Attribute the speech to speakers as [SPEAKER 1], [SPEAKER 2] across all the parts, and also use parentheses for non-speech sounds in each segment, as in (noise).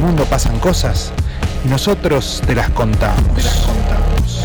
[SPEAKER 1] mundo pasan cosas y nosotros te las contamos. Te las contamos.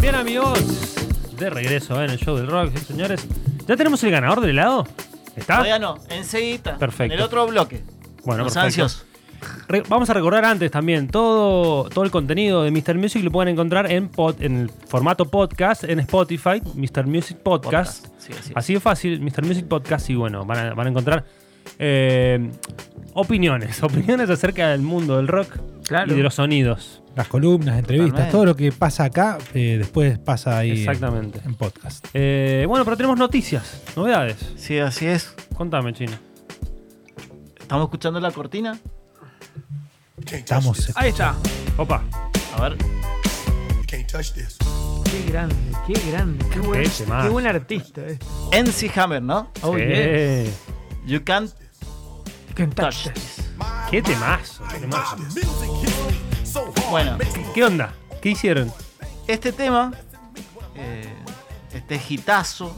[SPEAKER 2] Bien amigos, de regreso eh, en el show del rock, sí, señores. ¿Ya tenemos el ganador del helado? ¿Está?
[SPEAKER 3] Todavía no, enseguida.
[SPEAKER 2] Ah. Perfecto.
[SPEAKER 3] En el otro bloque.
[SPEAKER 2] Bueno,
[SPEAKER 3] Los
[SPEAKER 2] perfecto.
[SPEAKER 3] ansiosos.
[SPEAKER 2] Re- vamos a recordar antes también todo, todo el contenido de Mr. Music lo pueden encontrar en, pod- en el formato podcast en Spotify, Mr. Music Podcast.
[SPEAKER 3] Podcast, sí, así es.
[SPEAKER 2] Así de fácil, Mr. Music Podcast y bueno, van a, van a encontrar eh, opiniones, (laughs) opiniones acerca del mundo del rock
[SPEAKER 3] Claro.
[SPEAKER 2] y de los sonidos.
[SPEAKER 4] Las columnas, entrevistas,
[SPEAKER 3] Totalmente.
[SPEAKER 4] todo lo que pasa acá, eh, después pasa ahí en-
[SPEAKER 2] Exactamente.
[SPEAKER 4] en podcast.
[SPEAKER 2] Eh, bueno, pero tenemos noticias, novedades.
[SPEAKER 3] Sí, así es.
[SPEAKER 2] Contame, Chino.
[SPEAKER 3] Estamos escuchando la cortina.
[SPEAKER 4] Estamos
[SPEAKER 5] Ahí está.
[SPEAKER 2] Opa,
[SPEAKER 3] A ver.
[SPEAKER 5] Qué grande, qué grande. Qué buen,
[SPEAKER 2] Este más.
[SPEAKER 5] qué buen artista. eh.
[SPEAKER 3] NC Hammer, ¿no?
[SPEAKER 5] Oh,
[SPEAKER 2] Sí.
[SPEAKER 5] yeah.
[SPEAKER 3] You can't
[SPEAKER 5] Qué
[SPEAKER 3] touch
[SPEAKER 5] touch.
[SPEAKER 3] this.
[SPEAKER 2] qué temazo, qué temazo.
[SPEAKER 3] Bueno,
[SPEAKER 2] ¿Qué onda? ¿Qué hicieron?
[SPEAKER 3] este tema, eh, este hitazo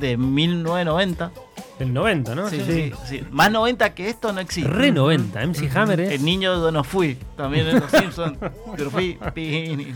[SPEAKER 3] de 1990.
[SPEAKER 2] El 90, ¿no?
[SPEAKER 3] Sí, sí, sí. Más 90 que esto no existe.
[SPEAKER 2] Re 90, MC Hammer ¿eh? es.
[SPEAKER 3] El niño yo no fui, también en
[SPEAKER 2] (laughs)
[SPEAKER 3] Los Simpsons. Yo fui, pini.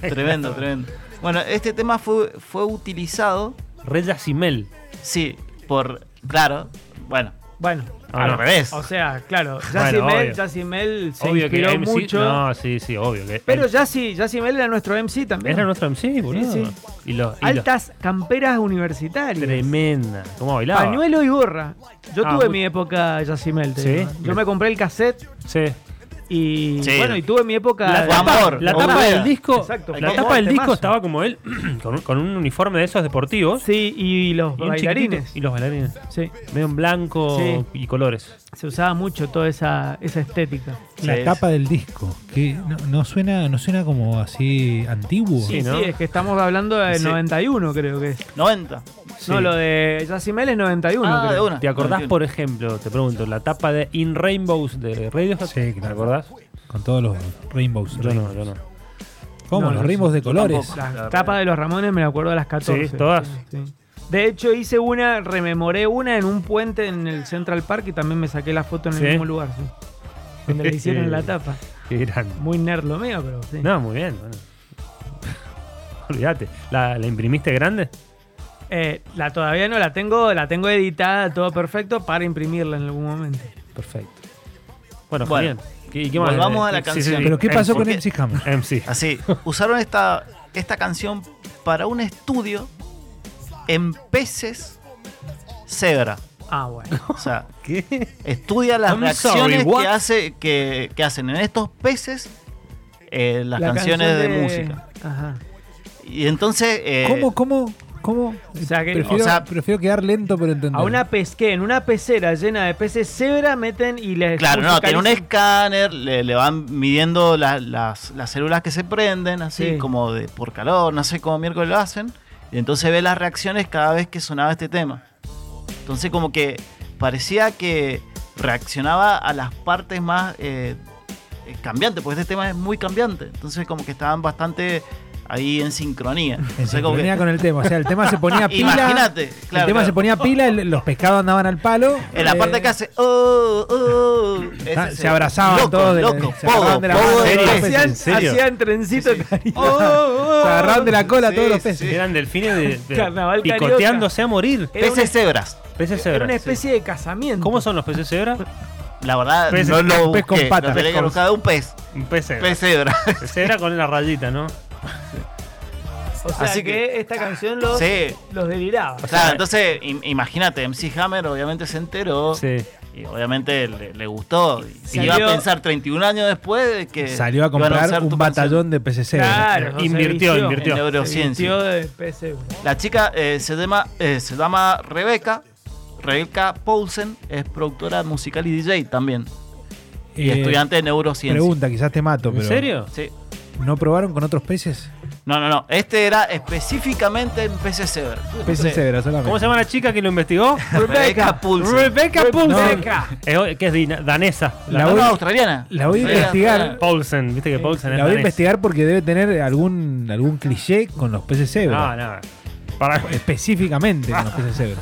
[SPEAKER 3] Tremendo, tremendo. Bueno, este tema fue, fue utilizado,
[SPEAKER 2] Re Yacimel.
[SPEAKER 3] sí, por, claro, bueno,
[SPEAKER 5] Bueno,
[SPEAKER 2] Ah, no.
[SPEAKER 3] al revés.
[SPEAKER 5] o sea, claro,
[SPEAKER 2] Bueno,
[SPEAKER 5] Yacimel,
[SPEAKER 2] obvio.
[SPEAKER 5] Yacimel se
[SPEAKER 2] Obvio
[SPEAKER 5] inspiró
[SPEAKER 2] que MC.
[SPEAKER 5] mucho.
[SPEAKER 2] No, sí, sí, obvio que.
[SPEAKER 5] Pero
[SPEAKER 2] el-
[SPEAKER 5] Yacimel era nuestro MC también.
[SPEAKER 2] Era nuestro MC, boludo.
[SPEAKER 5] sí.
[SPEAKER 2] Y los. y los-
[SPEAKER 5] Altas camperas universitarias.
[SPEAKER 2] tremenda. ¿Cómo bailaba?
[SPEAKER 5] Pañuelo y gorra. Yo
[SPEAKER 2] Ah,
[SPEAKER 5] tuve
[SPEAKER 2] muy-
[SPEAKER 5] mi época Yacimel. te
[SPEAKER 2] Sí.
[SPEAKER 5] digo. ¿eh? Yo me compré el cassette
[SPEAKER 2] Sí.
[SPEAKER 5] y
[SPEAKER 3] Sí.
[SPEAKER 5] bueno, y tuve mi época
[SPEAKER 2] La
[SPEAKER 5] de-
[SPEAKER 2] tapa,
[SPEAKER 3] Tambor,
[SPEAKER 2] la
[SPEAKER 3] obvio.
[SPEAKER 2] tapa del disco.
[SPEAKER 5] Exacto.
[SPEAKER 2] La
[SPEAKER 3] Hay que-
[SPEAKER 2] tapa del
[SPEAKER 5] temazo.
[SPEAKER 2] disco estaba como él, (clears throat) con, un- con un uniforme de esos deportivos.
[SPEAKER 5] Sí, y los
[SPEAKER 2] y un
[SPEAKER 5] bailarines.
[SPEAKER 2] chiquitito- Y los bailarines.
[SPEAKER 5] Sí,
[SPEAKER 2] Medio en blanco
[SPEAKER 5] Sí.
[SPEAKER 2] y colores.
[SPEAKER 5] se usaba mucho toda esa, esa estética.
[SPEAKER 4] La
[SPEAKER 3] Sí,
[SPEAKER 4] tapa del disco, que no, no suena, no suena como así antiguo.
[SPEAKER 2] Sí,
[SPEAKER 5] Sí,
[SPEAKER 2] ¿no?
[SPEAKER 5] sí, es que estamos hablando de
[SPEAKER 2] Sí.
[SPEAKER 5] 91, creo que es.
[SPEAKER 3] 90.
[SPEAKER 5] No, lo de Yacimel es 91,
[SPEAKER 3] Ah,
[SPEAKER 5] creo.
[SPEAKER 3] de una.
[SPEAKER 2] ¿Te acordás,
[SPEAKER 3] Entiendo.
[SPEAKER 2] por ejemplo, te pregunto, la tapa de In Rainbows de Radiohead?
[SPEAKER 4] Sí,
[SPEAKER 2] ¿Te
[SPEAKER 4] claro.
[SPEAKER 2] acordás?
[SPEAKER 4] Con todos los rainbows.
[SPEAKER 2] Yo no, yo no.
[SPEAKER 4] ¿Cómo?
[SPEAKER 5] No,
[SPEAKER 4] los
[SPEAKER 5] no,
[SPEAKER 4] rainbows de colores.
[SPEAKER 3] tampoco.
[SPEAKER 5] Las tapas de los Ramones me la acuerdo a las 14.
[SPEAKER 2] Sí, todas.
[SPEAKER 5] Sí, sí. De hecho, hice una, rememoré una en un puente en el Central Park y también me saqué la foto en el
[SPEAKER 2] Sí.
[SPEAKER 5] mismo lugar, sí. Donde le
[SPEAKER 2] (laughs)
[SPEAKER 5] hicieron la tapa.
[SPEAKER 2] Qué grande.
[SPEAKER 5] Muy nerd lo mío, pero sí.
[SPEAKER 2] No, muy bien. Bueno. (laughs) Olvídate. ¿La, la imprimiste grande?
[SPEAKER 5] Eh, la todavía no la tengo, la tengo editada, todo perfecto, para imprimirla en algún momento.
[SPEAKER 2] Perfecto. Bueno,
[SPEAKER 3] Bueno,
[SPEAKER 2] genial. ¿Qué- y qué más? Eh,
[SPEAKER 3] volvamos a la
[SPEAKER 2] Sí,
[SPEAKER 3] canción.
[SPEAKER 4] Pero ¿qué
[SPEAKER 2] MC.
[SPEAKER 4] pasó con
[SPEAKER 3] ¿Por qué?
[SPEAKER 4] MC Hammer?
[SPEAKER 2] MC.
[SPEAKER 4] (laughs)
[SPEAKER 3] Así, usaron esta, esta canción para un estudio en peces cebra.
[SPEAKER 5] Ah, bueno.
[SPEAKER 3] O sea,
[SPEAKER 2] ¿Qué?
[SPEAKER 3] estudia las
[SPEAKER 2] I'm
[SPEAKER 3] reacciones
[SPEAKER 2] sorry, what?
[SPEAKER 3] que, hace, que, que hacen en estos peces eh, las
[SPEAKER 5] La
[SPEAKER 3] canciones
[SPEAKER 5] canción
[SPEAKER 3] de... música.
[SPEAKER 5] Ajá.
[SPEAKER 3] Y entonces... eh,
[SPEAKER 4] ¿Cómo, cómo, cómo?
[SPEAKER 5] O sea, que-
[SPEAKER 4] prefiero,
[SPEAKER 3] o sea-
[SPEAKER 4] prefiero quedar lento pero entender.
[SPEAKER 5] A una pesqué, en una pecera llena de peces cebra meten y les
[SPEAKER 3] Claro, no, tiene un
[SPEAKER 5] musicalizan-
[SPEAKER 3] escáner, le, le van midiendo la- las, las células que se prenden, así
[SPEAKER 5] Sí.
[SPEAKER 3] como de, por calor, no sé cómo miércoles lo hacen, y entonces ve las reacciones cada vez que sonaba este tema. Entonces como que parecía que reaccionaba a las partes más eh, eh, cambiantes, porque este tema es muy cambiante, entonces como que estaban bastante ahí en sincronía.
[SPEAKER 4] En
[SPEAKER 3] O sea, como que-
[SPEAKER 4] sincronía con el tema. O sea, el tema se ponía pila.
[SPEAKER 3] (laughs) Imagínate,
[SPEAKER 4] el
[SPEAKER 3] claro,
[SPEAKER 4] tema
[SPEAKER 3] claro.
[SPEAKER 4] se ponía pila, el- los pescados andaban al palo.
[SPEAKER 3] En la
[SPEAKER 4] eh,
[SPEAKER 3] parte que hace. Oh, oh, ese
[SPEAKER 4] Ah, se
[SPEAKER 3] es el-
[SPEAKER 4] abrazaban
[SPEAKER 3] loco,
[SPEAKER 4] todos de-
[SPEAKER 3] loco,
[SPEAKER 4] se
[SPEAKER 3] pogo,
[SPEAKER 4] agarraban de la
[SPEAKER 3] pogo
[SPEAKER 4] mano,
[SPEAKER 3] de
[SPEAKER 2] ¿en
[SPEAKER 3] peces.
[SPEAKER 2] serio?
[SPEAKER 5] Hacían, hacían trencito cariño. Oh, oh, oh.
[SPEAKER 4] Se agarraban de la cola
[SPEAKER 3] Sí,
[SPEAKER 4] todos los peces.
[SPEAKER 3] sí.
[SPEAKER 2] Eran delfines de, de-
[SPEAKER 5] Carnaval carioca.
[SPEAKER 2] picoteándose a morir.
[SPEAKER 5] Era una-
[SPEAKER 3] Peces cebras.
[SPEAKER 2] Peces
[SPEAKER 5] Era
[SPEAKER 2] cebra.
[SPEAKER 5] una
[SPEAKER 2] sí.
[SPEAKER 5] especie de casamiento.
[SPEAKER 2] ¿Cómo son los peces cebra?
[SPEAKER 3] La verdad,
[SPEAKER 2] Peces-
[SPEAKER 3] no lo
[SPEAKER 4] pez con
[SPEAKER 3] busqué.
[SPEAKER 4] patas.
[SPEAKER 3] lo tenía que
[SPEAKER 4] Pez con-
[SPEAKER 3] buscar de un pez.
[SPEAKER 4] (laughs)
[SPEAKER 2] Un pez cebra.
[SPEAKER 3] Pez cebra.
[SPEAKER 2] Pez cebra con la rayita, ¿no?
[SPEAKER 5] O sea
[SPEAKER 3] Así
[SPEAKER 5] que,
[SPEAKER 3] que-
[SPEAKER 5] esta canción los,
[SPEAKER 3] Sí.
[SPEAKER 5] los deliraba.
[SPEAKER 3] Claro, entonces im- imagínate, MC Hammer obviamente se enteró
[SPEAKER 2] Sí.
[SPEAKER 3] y obviamente le, le gustó. Y
[SPEAKER 5] Salió-
[SPEAKER 3] iba a pensar 31 años después de que
[SPEAKER 4] Salió a
[SPEAKER 3] iban
[SPEAKER 4] comprar
[SPEAKER 3] usar tu
[SPEAKER 4] un batallón de PCC.
[SPEAKER 5] Claro, se
[SPEAKER 2] Invirtió,
[SPEAKER 5] vistió.
[SPEAKER 2] invirtió.
[SPEAKER 3] En
[SPEAKER 5] Se
[SPEAKER 3] neurociencia.
[SPEAKER 5] vistió de PC.
[SPEAKER 3] canción. La chica eh, se, llama, eh, se llama Rebeca. Rebeca Paulsen es productora musical y DJ también. Y
[SPEAKER 4] Eh,
[SPEAKER 3] estudiante de neurociencia.
[SPEAKER 4] Pregunta, quizás te mato,
[SPEAKER 2] ¿En
[SPEAKER 4] pero.
[SPEAKER 2] serio?
[SPEAKER 3] Sí.
[SPEAKER 4] ¿No probaron con otros peces?
[SPEAKER 3] No, no, no. Este era específicamente en PC Sever.
[SPEAKER 4] Peces cebra solamente.
[SPEAKER 2] ¿Cómo se llama la chica que lo investigó?
[SPEAKER 3] Rebeca Paulsen.
[SPEAKER 2] Rebecca Paulsen.
[SPEAKER 5] Rebeca.
[SPEAKER 2] Es o- que es dina- danesa.
[SPEAKER 4] La
[SPEAKER 2] La
[SPEAKER 3] No, no,
[SPEAKER 4] voy-
[SPEAKER 3] australiana.
[SPEAKER 4] la voy a
[SPEAKER 3] Australiana,
[SPEAKER 4] investigar.
[SPEAKER 3] australiana.
[SPEAKER 2] Paulsen, viste que Paulsen es
[SPEAKER 4] La voy a
[SPEAKER 2] danesa.
[SPEAKER 4] investigar porque debe tener algún, algún cliché con los peces cebra.
[SPEAKER 3] Ah.
[SPEAKER 2] No, no. Para, (laughs)
[SPEAKER 4] Específicamente con los peces
[SPEAKER 3] (laughs)
[SPEAKER 4] cebra.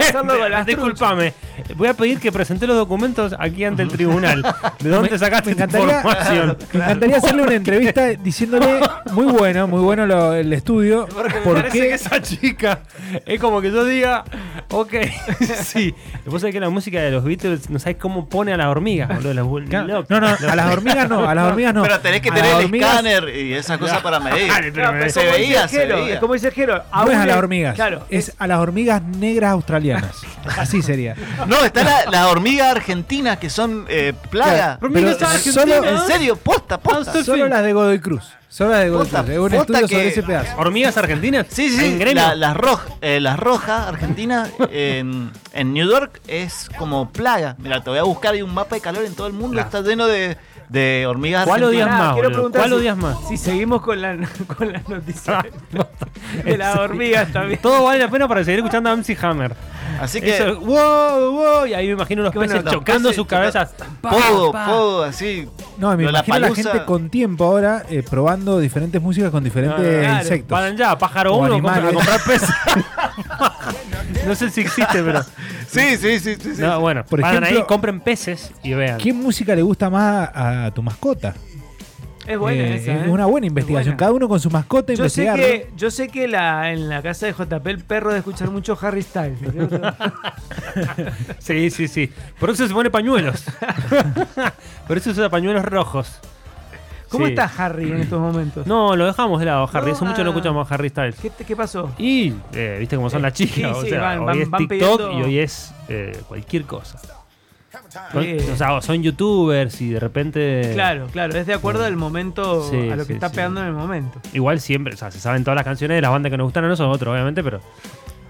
[SPEAKER 5] hacerlo con las
[SPEAKER 2] Disculpame, voy a pedir que presente los documentos aquí ante el tribunal. ¿De dónde
[SPEAKER 4] me
[SPEAKER 2] sacaste esta
[SPEAKER 4] encantaría-
[SPEAKER 2] información?
[SPEAKER 4] Me encantaría hacerle una entrevista diciéndole muy bueno, muy bueno lo- el estudio. ¿Por
[SPEAKER 2] Parece que
[SPEAKER 4] qué?
[SPEAKER 2] esa chica es como que yo diga, ok, (laughs) sí. Vos sabés que la música de los Beatles no sabés cómo pone a las hormigas, boludo. Las vuelve
[SPEAKER 4] No,
[SPEAKER 2] locas.
[SPEAKER 3] (laughs)
[SPEAKER 4] no, a las hormigas no, a las hormigas no.
[SPEAKER 3] Pero tenés que
[SPEAKER 4] A
[SPEAKER 3] tener
[SPEAKER 4] las
[SPEAKER 3] el
[SPEAKER 4] hormigas-
[SPEAKER 3] escáner y esas cosas para medir.
[SPEAKER 2] Dale, pero
[SPEAKER 5] No, pero
[SPEAKER 2] me-
[SPEAKER 5] es
[SPEAKER 3] se
[SPEAKER 5] como dice
[SPEAKER 3] veía, se
[SPEAKER 5] Jero,
[SPEAKER 3] veía.
[SPEAKER 5] Es como dice Jero.
[SPEAKER 4] No
[SPEAKER 5] aún
[SPEAKER 4] es a
[SPEAKER 5] le-
[SPEAKER 4] las hormigas,
[SPEAKER 5] Claro.
[SPEAKER 4] es, a las hormigas negras
[SPEAKER 5] (laughs)
[SPEAKER 4] australianas. Así sería.
[SPEAKER 3] No, están la- las hormigas argentinas que son eh, plaga.
[SPEAKER 4] Claro, Ah. Hormigas
[SPEAKER 3] Pero
[SPEAKER 4] argentinas.
[SPEAKER 3] solo- En serio, posta,
[SPEAKER 5] Ah,
[SPEAKER 3] posta.
[SPEAKER 4] Solo las de Godoy Cruz. Solo las de Godoy
[SPEAKER 3] Posta-
[SPEAKER 4] Cruz. Es un
[SPEAKER 3] posta
[SPEAKER 4] estudio
[SPEAKER 3] que-
[SPEAKER 4] sobre ese pedazo.
[SPEAKER 2] ¿Hormigas argentinas?
[SPEAKER 3] Sí,
[SPEAKER 2] ¿En
[SPEAKER 3] sí,
[SPEAKER 2] gremio? (laughs)
[SPEAKER 3] la- las, roj- eh, las rojas argentinas en, en New York es como plaga. Mira, te voy a buscar, hay un mapa de calor en todo el mundo, está lleno de, de hormigas
[SPEAKER 2] ¿Cuál
[SPEAKER 3] argentinas.
[SPEAKER 2] odias
[SPEAKER 5] Nada,
[SPEAKER 2] más,
[SPEAKER 5] quiero
[SPEAKER 2] boludo?
[SPEAKER 5] preguntar
[SPEAKER 2] ¿Cuál
[SPEAKER 5] si-
[SPEAKER 2] odias más?
[SPEAKER 5] Si seguimos con la, (laughs) con la noticia de
[SPEAKER 2] En
[SPEAKER 5] las
[SPEAKER 2] serio.
[SPEAKER 5] hormigas también.
[SPEAKER 2] Todo vale la pena para seguir escuchando a MC Hammer.
[SPEAKER 3] Así que,
[SPEAKER 2] Eso, wow, wow, y ahí me imagino los
[SPEAKER 5] Que bueno,
[SPEAKER 2] peces
[SPEAKER 3] los
[SPEAKER 2] chocando
[SPEAKER 3] peces
[SPEAKER 2] sus cabezas.
[SPEAKER 3] podo,
[SPEAKER 2] Pa, pa.
[SPEAKER 3] podo, así.
[SPEAKER 4] No, me
[SPEAKER 3] Pero la
[SPEAKER 4] imagino a la
[SPEAKER 3] palusa-
[SPEAKER 4] gente con tiempo ahora eh, probando diferentes músicas con
[SPEAKER 2] No, no,
[SPEAKER 4] diferentes
[SPEAKER 2] no, claro,
[SPEAKER 4] insectos.
[SPEAKER 2] Vayan ya, pájaro
[SPEAKER 4] O
[SPEAKER 2] uno, compran- a
[SPEAKER 4] animales.
[SPEAKER 2] comprar peces. (laughs) no sé si existe, pero.
[SPEAKER 3] Sí, sí, sí, sí. sí.
[SPEAKER 2] No, bueno,
[SPEAKER 4] Por
[SPEAKER 2] vayan ahí,
[SPEAKER 4] ejemplo-
[SPEAKER 2] compren peces y vean.
[SPEAKER 4] ¿Qué música le gusta más a, a tu mascota?
[SPEAKER 5] Es buena
[SPEAKER 4] Eh,
[SPEAKER 5] esa.
[SPEAKER 4] es
[SPEAKER 5] ¿eh?
[SPEAKER 4] una buena investigación.
[SPEAKER 5] buena.
[SPEAKER 4] Cada uno con su mascota
[SPEAKER 5] Yo sé
[SPEAKER 4] investigar.
[SPEAKER 5] que, yo sé que la, en la casa de JP el perro de escuchar mucho Harry Styles. ¿no es cierto?
[SPEAKER 2] (laughs) Sí, sí, sí. Por eso se pone pañuelos. (laughs) Por eso usa pañuelos rojos.
[SPEAKER 5] ¿Cómo
[SPEAKER 2] Sí.
[SPEAKER 5] está Harry en estos momentos?
[SPEAKER 2] No, lo dejamos de lado, Harry.
[SPEAKER 5] No,
[SPEAKER 2] Hace mucho no
[SPEAKER 5] ah.
[SPEAKER 2] escuchamos a Harry Styles.
[SPEAKER 5] ¿Qué, te- qué pasó?
[SPEAKER 2] Y eh, viste cómo son
[SPEAKER 5] Eh,
[SPEAKER 2] las chicas.
[SPEAKER 5] sí,
[SPEAKER 2] o
[SPEAKER 5] sí,
[SPEAKER 2] sea,
[SPEAKER 5] van-
[SPEAKER 2] hoy
[SPEAKER 5] van-
[SPEAKER 2] es
[SPEAKER 5] van
[SPEAKER 2] TikTok
[SPEAKER 5] pidiendo-
[SPEAKER 2] y hoy es eh, cualquier cosa. Son-
[SPEAKER 5] Sí.
[SPEAKER 2] O sea, son youtubers y de repente.
[SPEAKER 5] Claro, claro, es de acuerdo al momento,
[SPEAKER 2] Eh. Sí,
[SPEAKER 5] a lo que
[SPEAKER 2] sí,
[SPEAKER 5] está
[SPEAKER 2] sí.
[SPEAKER 5] pegando en el momento.
[SPEAKER 2] Igual siempre, o sea, se saben todas las canciones de las bandas que nos gustan a nosotros, obviamente, pero.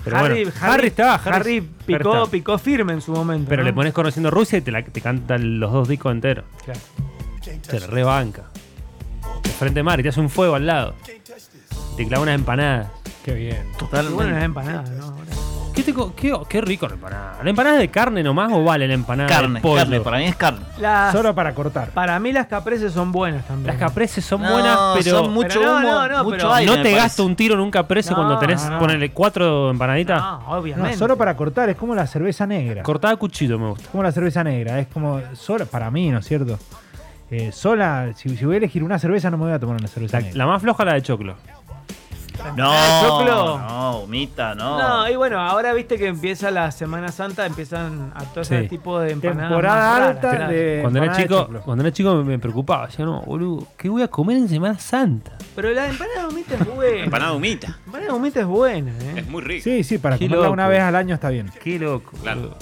[SPEAKER 2] Pero
[SPEAKER 5] Harry,
[SPEAKER 2] bueno,
[SPEAKER 5] Harry-
[SPEAKER 2] está, Harry,
[SPEAKER 5] Harry picó,
[SPEAKER 2] Harry está.
[SPEAKER 5] picó firme en su momento.
[SPEAKER 2] Pero
[SPEAKER 5] ¿no?
[SPEAKER 2] le pones conociendo Rusia y te, la, te canta los dos discos enteros.
[SPEAKER 5] Claro.
[SPEAKER 2] Te la rebanca. De frente mar y te hace un fuego al lado. Te clava unas empanadas.
[SPEAKER 4] Qué bien.
[SPEAKER 5] Y
[SPEAKER 3] Totalmente.
[SPEAKER 5] bueno, las empanadas, ¿no? Ahora.
[SPEAKER 2] ¿Qué, te co- qué, qué rico la empanada. ¿La empanada es de carne nomás o vale la empanada? de
[SPEAKER 3] carne,
[SPEAKER 2] pollo?
[SPEAKER 3] carne, para mí es carne.
[SPEAKER 5] Las-
[SPEAKER 4] Solo para cortar.
[SPEAKER 5] para mí las capreses son buenas también.
[SPEAKER 2] Las capreses son
[SPEAKER 3] No,
[SPEAKER 2] buenas, pero.
[SPEAKER 3] son mucho
[SPEAKER 5] pero no,
[SPEAKER 3] humo,
[SPEAKER 5] no, no,
[SPEAKER 3] mucho
[SPEAKER 5] pero-
[SPEAKER 3] aire.
[SPEAKER 2] no
[SPEAKER 3] me
[SPEAKER 2] te
[SPEAKER 3] parece.
[SPEAKER 2] gasta un tiro en un caprese
[SPEAKER 5] No,
[SPEAKER 2] cuando tenés,
[SPEAKER 5] no.
[SPEAKER 2] ponele cuatro empanaditas.
[SPEAKER 5] No,
[SPEAKER 4] No,
[SPEAKER 5] Ah, obviamente.
[SPEAKER 4] solo para cortar. Es como la cerveza negra.
[SPEAKER 2] Cortada a cuchillo me gusta.
[SPEAKER 4] como la cerveza negra. Es como sola, para mí, ¿no es cierto? Eh, sola, si, si voy a elegir una cerveza, no me voy a tomar una cerveza
[SPEAKER 2] La,
[SPEAKER 4] negra.
[SPEAKER 2] la más floja la de choclo.
[SPEAKER 5] Ah,
[SPEAKER 3] No,
[SPEAKER 5] choclo.
[SPEAKER 3] no, humita, no.
[SPEAKER 5] No, y bueno, ahora viste que empieza la Semana Santa, empiezan a todo ese
[SPEAKER 2] Sí.
[SPEAKER 5] tipo de empanadas.
[SPEAKER 4] Temporada
[SPEAKER 5] más raras,
[SPEAKER 4] alta
[SPEAKER 5] claro.
[SPEAKER 4] de- Eh,
[SPEAKER 2] cuando era
[SPEAKER 4] empanada de
[SPEAKER 2] chico,
[SPEAKER 4] choclo.
[SPEAKER 2] cuando era chico me, me preocupaba. Yo no, boludo, ¿qué voy a comer en Semana Santa?
[SPEAKER 5] Pero la empanada de humita es buena.
[SPEAKER 6] Empanada humita.
[SPEAKER 5] empanada de humita es buena,
[SPEAKER 6] Es
[SPEAKER 5] ¿eh?
[SPEAKER 6] muy rico.
[SPEAKER 4] Sí, sí, para
[SPEAKER 2] Qué
[SPEAKER 4] comerla
[SPEAKER 2] loco.
[SPEAKER 4] una vez al año está bien.
[SPEAKER 2] Qué loco.
[SPEAKER 6] Claro.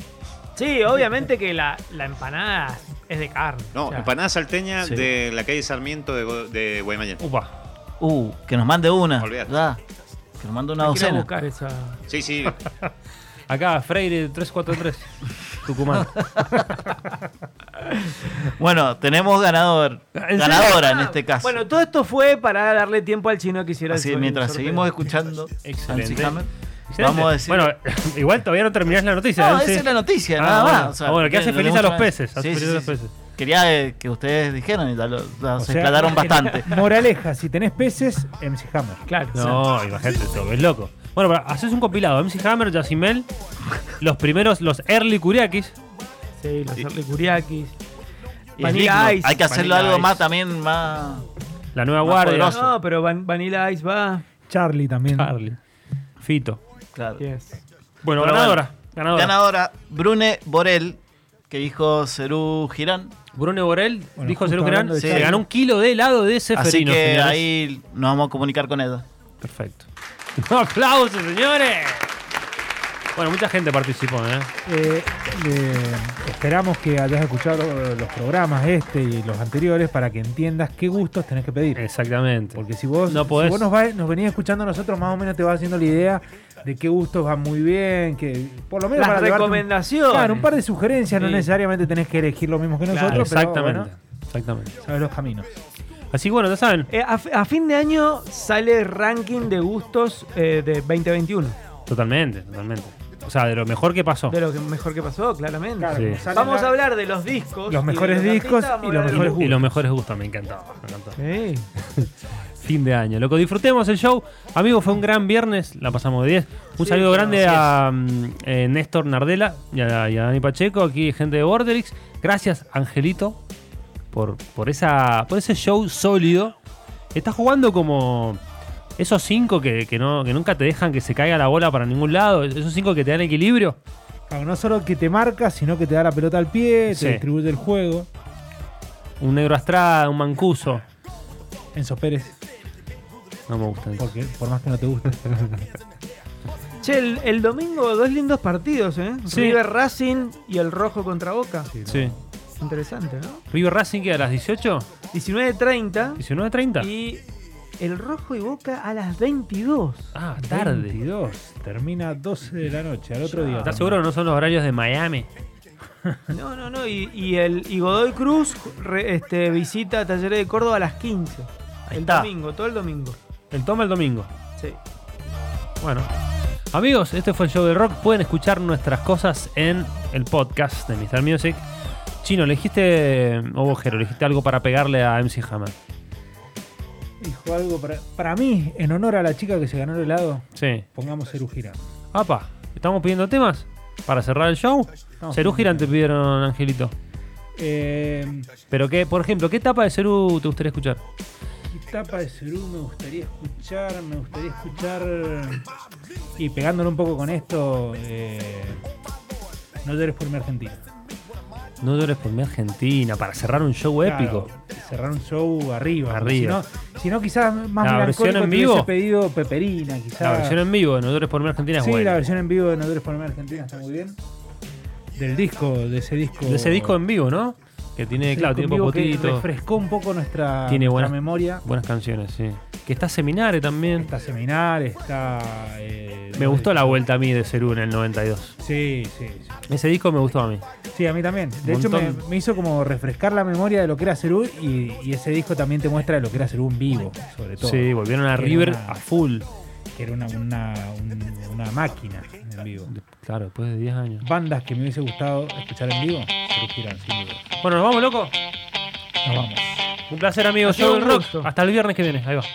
[SPEAKER 5] Sí, obviamente que la, la empanada es de carne.
[SPEAKER 6] No,
[SPEAKER 5] o sea,
[SPEAKER 6] empanada salteña
[SPEAKER 3] Sí.
[SPEAKER 6] de la calle Sarmiento de, Go- de Guaymallén.
[SPEAKER 2] Upa.
[SPEAKER 3] Uh, que nos mande una.
[SPEAKER 6] Olvídate.
[SPEAKER 3] Ya. Que nos mande una
[SPEAKER 5] hay que ir a
[SPEAKER 3] docena.
[SPEAKER 5] buscar esa.
[SPEAKER 6] Sí, sí.
[SPEAKER 2] Acá, Freire 343.
[SPEAKER 4] (laughs)
[SPEAKER 2] Tucumán.
[SPEAKER 3] Bueno, tenemos ganador.
[SPEAKER 2] ¿En
[SPEAKER 3] Ganadora en este caso.
[SPEAKER 5] Ah, Bueno, todo esto fue para darle tiempo al chino que hiciera
[SPEAKER 3] Así,
[SPEAKER 5] el sor-
[SPEAKER 3] mientras
[SPEAKER 5] el sorteo.
[SPEAKER 3] seguimos escuchando
[SPEAKER 2] Excelente.
[SPEAKER 3] Nancy Hammer,
[SPEAKER 2] Excelente.
[SPEAKER 3] (laughs) vamos a decir.
[SPEAKER 2] Bueno, (laughs) igual todavía no terminás la noticia.
[SPEAKER 3] no,
[SPEAKER 2] ¿eh? Sí.
[SPEAKER 3] esa es la noticia,
[SPEAKER 2] Ah,
[SPEAKER 3] nada
[SPEAKER 2] bueno.
[SPEAKER 3] más. O sea,
[SPEAKER 2] Ah, bueno, que hace
[SPEAKER 3] lo
[SPEAKER 2] feliz a
[SPEAKER 3] leemos
[SPEAKER 2] los
[SPEAKER 3] una vez.
[SPEAKER 2] peces, hace
[SPEAKER 3] Sí,
[SPEAKER 2] feliz
[SPEAKER 3] sí,
[SPEAKER 2] a los
[SPEAKER 3] sí, sí.
[SPEAKER 2] peces.
[SPEAKER 3] Quería eh, que ustedes dijeran y ya lo- ya se
[SPEAKER 4] sea,
[SPEAKER 3] aclararon bastante.
[SPEAKER 4] (laughs) Moraleja, si tenés peces, MC Hammer.
[SPEAKER 5] Claro.
[SPEAKER 2] No, imagínate, todo es loco. Bueno, pero haces un compilado. MC Hammer, Yasimel, los primeros, los early Kuriakis.
[SPEAKER 5] Sí, los early curiakis.
[SPEAKER 3] Y es
[SPEAKER 5] Vanilla
[SPEAKER 3] digno.
[SPEAKER 5] Ice.
[SPEAKER 3] Hay que hacerlo
[SPEAKER 2] Vanilla
[SPEAKER 3] algo
[SPEAKER 2] Ice.
[SPEAKER 3] más también, más.
[SPEAKER 2] La nueva
[SPEAKER 3] Más
[SPEAKER 2] guardia. Ah,
[SPEAKER 3] poderoso.
[SPEAKER 5] No, pero Van- Vanilla Ice va.
[SPEAKER 4] Charlie también.
[SPEAKER 2] Charlie. Fito.
[SPEAKER 3] Claro.
[SPEAKER 5] Yes.
[SPEAKER 2] Bueno,
[SPEAKER 3] Pero
[SPEAKER 2] ganadora, ganadora.
[SPEAKER 3] Ganadora, Brune Borel, que dijo Cerú Girán.
[SPEAKER 2] Bruno Borel
[SPEAKER 4] Bueno,
[SPEAKER 2] dijo
[SPEAKER 4] justo
[SPEAKER 2] Sergio
[SPEAKER 4] hablando
[SPEAKER 2] Gran,
[SPEAKER 4] de
[SPEAKER 2] se
[SPEAKER 3] Charlie.
[SPEAKER 2] ganó un kilo de helado de
[SPEAKER 3] Así
[SPEAKER 2] Seferino.
[SPEAKER 3] que
[SPEAKER 2] Este señores.
[SPEAKER 3] ahí nos vamos a comunicar con ella.
[SPEAKER 2] Perfecto. (laughs) ¡Un aplauso, señores! Bueno, mucha gente participó, ¿eh?
[SPEAKER 4] Eh, le- esperamos que hayas escuchado los programas este y los anteriores para que entiendas qué gustos tenés que pedir.
[SPEAKER 2] Exactamente.
[SPEAKER 4] Porque si vos,
[SPEAKER 2] No
[SPEAKER 4] si
[SPEAKER 2] podés.
[SPEAKER 4] vos nos, va- nos venís escuchando a nosotros, más o menos te vas haciendo la idea de qué gustos van muy bien, que por lo menos
[SPEAKER 5] Las
[SPEAKER 4] llevarte un-
[SPEAKER 5] recomendaciones.
[SPEAKER 4] claro, un par de sugerencias, no
[SPEAKER 5] Sí.
[SPEAKER 4] necesariamente tenés que elegir lo mismo que
[SPEAKER 5] Claro,
[SPEAKER 4] nosotros, pero,
[SPEAKER 2] exactamente.
[SPEAKER 4] bueno,
[SPEAKER 2] Exactamente.
[SPEAKER 4] sabes los caminos.
[SPEAKER 2] Así que bueno, ya saben.
[SPEAKER 5] Eh, a, fi- a fin de año sale el ranking de gustos eh, de 2021.
[SPEAKER 2] Totalmente, totalmente. O sea, de lo mejor que pasó.
[SPEAKER 5] De lo que mejor que pasó, claramente.
[SPEAKER 4] Claro,
[SPEAKER 2] Sí.
[SPEAKER 4] como sale
[SPEAKER 5] Vamos
[SPEAKER 4] la-
[SPEAKER 5] a hablar de los discos.
[SPEAKER 4] Los
[SPEAKER 5] y
[SPEAKER 4] mejores
[SPEAKER 5] de los
[SPEAKER 4] discos
[SPEAKER 5] artistas, vamos
[SPEAKER 4] y
[SPEAKER 5] a
[SPEAKER 4] los
[SPEAKER 5] hablar de
[SPEAKER 4] mejores
[SPEAKER 2] y los mejores gustos, me encantaba. Me encantó.
[SPEAKER 5] Sí.
[SPEAKER 2] Fin de año. Loco, disfrutemos el show. Amigos, fue un gran viernes, la pasamos de 10. Un
[SPEAKER 5] Sí,
[SPEAKER 2] saludo
[SPEAKER 5] claro,
[SPEAKER 2] grande
[SPEAKER 5] así
[SPEAKER 2] a mm, eh, Néstor Nardela y a, y a Dani Pacheco, aquí gente de Borderix. Gracias, Angelito, por, por, esa, por ese show sólido. Estás jugando como esos cinco que, que no, que nunca te dejan que se caiga la bola para ningún lado, esos cinco que te dan equilibrio.
[SPEAKER 4] Claro, no solo que te marca, sino que te da la pelota al pie, te
[SPEAKER 2] Sí.
[SPEAKER 4] distribuye el juego.
[SPEAKER 2] Un negro astrada, un mancuso.
[SPEAKER 4] Enzo Pérez,
[SPEAKER 2] No me gustan.
[SPEAKER 4] porque por más que no te
[SPEAKER 2] (laughs)
[SPEAKER 4] guste.
[SPEAKER 5] Che, el, el domingo dos lindos partidos, ¿eh?
[SPEAKER 2] Sí.
[SPEAKER 5] River Racing y el Rojo contra Boca.
[SPEAKER 2] Sí.
[SPEAKER 5] Interesante, ¿no?
[SPEAKER 2] River Racing que a las 18,
[SPEAKER 5] 19.30
[SPEAKER 2] 19.30.
[SPEAKER 5] y el Rojo y Boca a las 22.
[SPEAKER 2] Ah, tarde.
[SPEAKER 4] 22, termina 12 de la noche, al otro día.
[SPEAKER 2] ¿Estás seguro que no son los horarios de Miami?
[SPEAKER 5] No, no, no. Y, y el, y Godoy Cruz re- este, visita Talleres de Córdoba a las 15.
[SPEAKER 3] Ahí
[SPEAKER 5] el
[SPEAKER 3] está.
[SPEAKER 5] domingo, todo el domingo.
[SPEAKER 2] El toma el domingo.
[SPEAKER 5] Sí.
[SPEAKER 2] Bueno. Amigos, este fue el show de rock. Pueden escuchar nuestras cosas en el podcast de Mr. Music. Chino, ¿le dijiste, eh, o Bojero, le dijiste algo para pegarle a MC Hammer?
[SPEAKER 4] Dijo algo para, para mí, en honor a la chica que se ganó el helado,
[SPEAKER 2] Sí.
[SPEAKER 4] pongamos Eru Girán.
[SPEAKER 2] Apa, ¿estamos pidiendo temas? ¿Para cerrar el show?
[SPEAKER 4] No.
[SPEAKER 2] Cerú Girán te pidieron, Angelito.
[SPEAKER 4] Eh,
[SPEAKER 2] Pero que, por ejemplo, ¿qué etapa de Cerú te gustaría escuchar?
[SPEAKER 4] ¿qué tapa de Cerú me gustaría escuchar? Me gustaría escuchar. Y pegándolo un poco con esto, eh, no llores por mi Argentina.
[SPEAKER 2] No llores por mi Argentina, para cerrar un show épico.
[SPEAKER 4] Claro, cerrar un show arriba.
[SPEAKER 2] Arriba.
[SPEAKER 4] Si no, si no, quizás más
[SPEAKER 2] La
[SPEAKER 4] melancólico
[SPEAKER 2] versión en
[SPEAKER 4] te
[SPEAKER 2] vivo.
[SPEAKER 4] hubiese pedido Peperina, quizás.
[SPEAKER 2] La versión en vivo de No llores por mi Argentina es
[SPEAKER 4] sí,
[SPEAKER 2] buena.
[SPEAKER 4] la versión en vivo de No llores por mi Argentina está muy bien. Del disco, de ese disco.
[SPEAKER 2] De ese disco en vivo, ¿no? Que tiene,
[SPEAKER 4] ese
[SPEAKER 2] claro,
[SPEAKER 4] disco en vivo
[SPEAKER 2] tiene
[SPEAKER 4] que
[SPEAKER 2] popotito.
[SPEAKER 4] refrescó un poco nuestra,
[SPEAKER 2] Tiene
[SPEAKER 4] nuestra
[SPEAKER 2] buenas-
[SPEAKER 4] memoria.
[SPEAKER 2] Buenas canciones, sí. Que está Seminare también.
[SPEAKER 4] Está Seminar, está. eh,
[SPEAKER 2] Me gustó la vuelta a mí de Cerú en el 92.
[SPEAKER 4] Sí, sí, sí.
[SPEAKER 2] Ese disco me gustó a mí.
[SPEAKER 4] Sí, a mí también. De
[SPEAKER 2] Un
[SPEAKER 4] hecho, me,
[SPEAKER 2] montón.
[SPEAKER 4] me hizo como refrescar la memoria de lo que era Cerú y, y ese disco también te muestra lo que era Cerú en vivo, sobre todo.
[SPEAKER 2] Sí, volvieron a
[SPEAKER 4] Era
[SPEAKER 2] River
[SPEAKER 4] una-
[SPEAKER 2] a full.
[SPEAKER 4] que era una, una, un- una máquina en vivo.
[SPEAKER 2] De- Claro, después de 10 años.
[SPEAKER 4] Bandas que me hubiese gustado escuchar en vivo, Cerú Girán, sin duda.
[SPEAKER 2] Bueno, nos vamos, loco.
[SPEAKER 4] Nos vamos.
[SPEAKER 2] Un placer, amigos.
[SPEAKER 5] Ha sido
[SPEAKER 2] Show
[SPEAKER 5] un
[SPEAKER 2] del rock.
[SPEAKER 5] gusto.
[SPEAKER 2] Hasta el viernes que viene. Ahí va.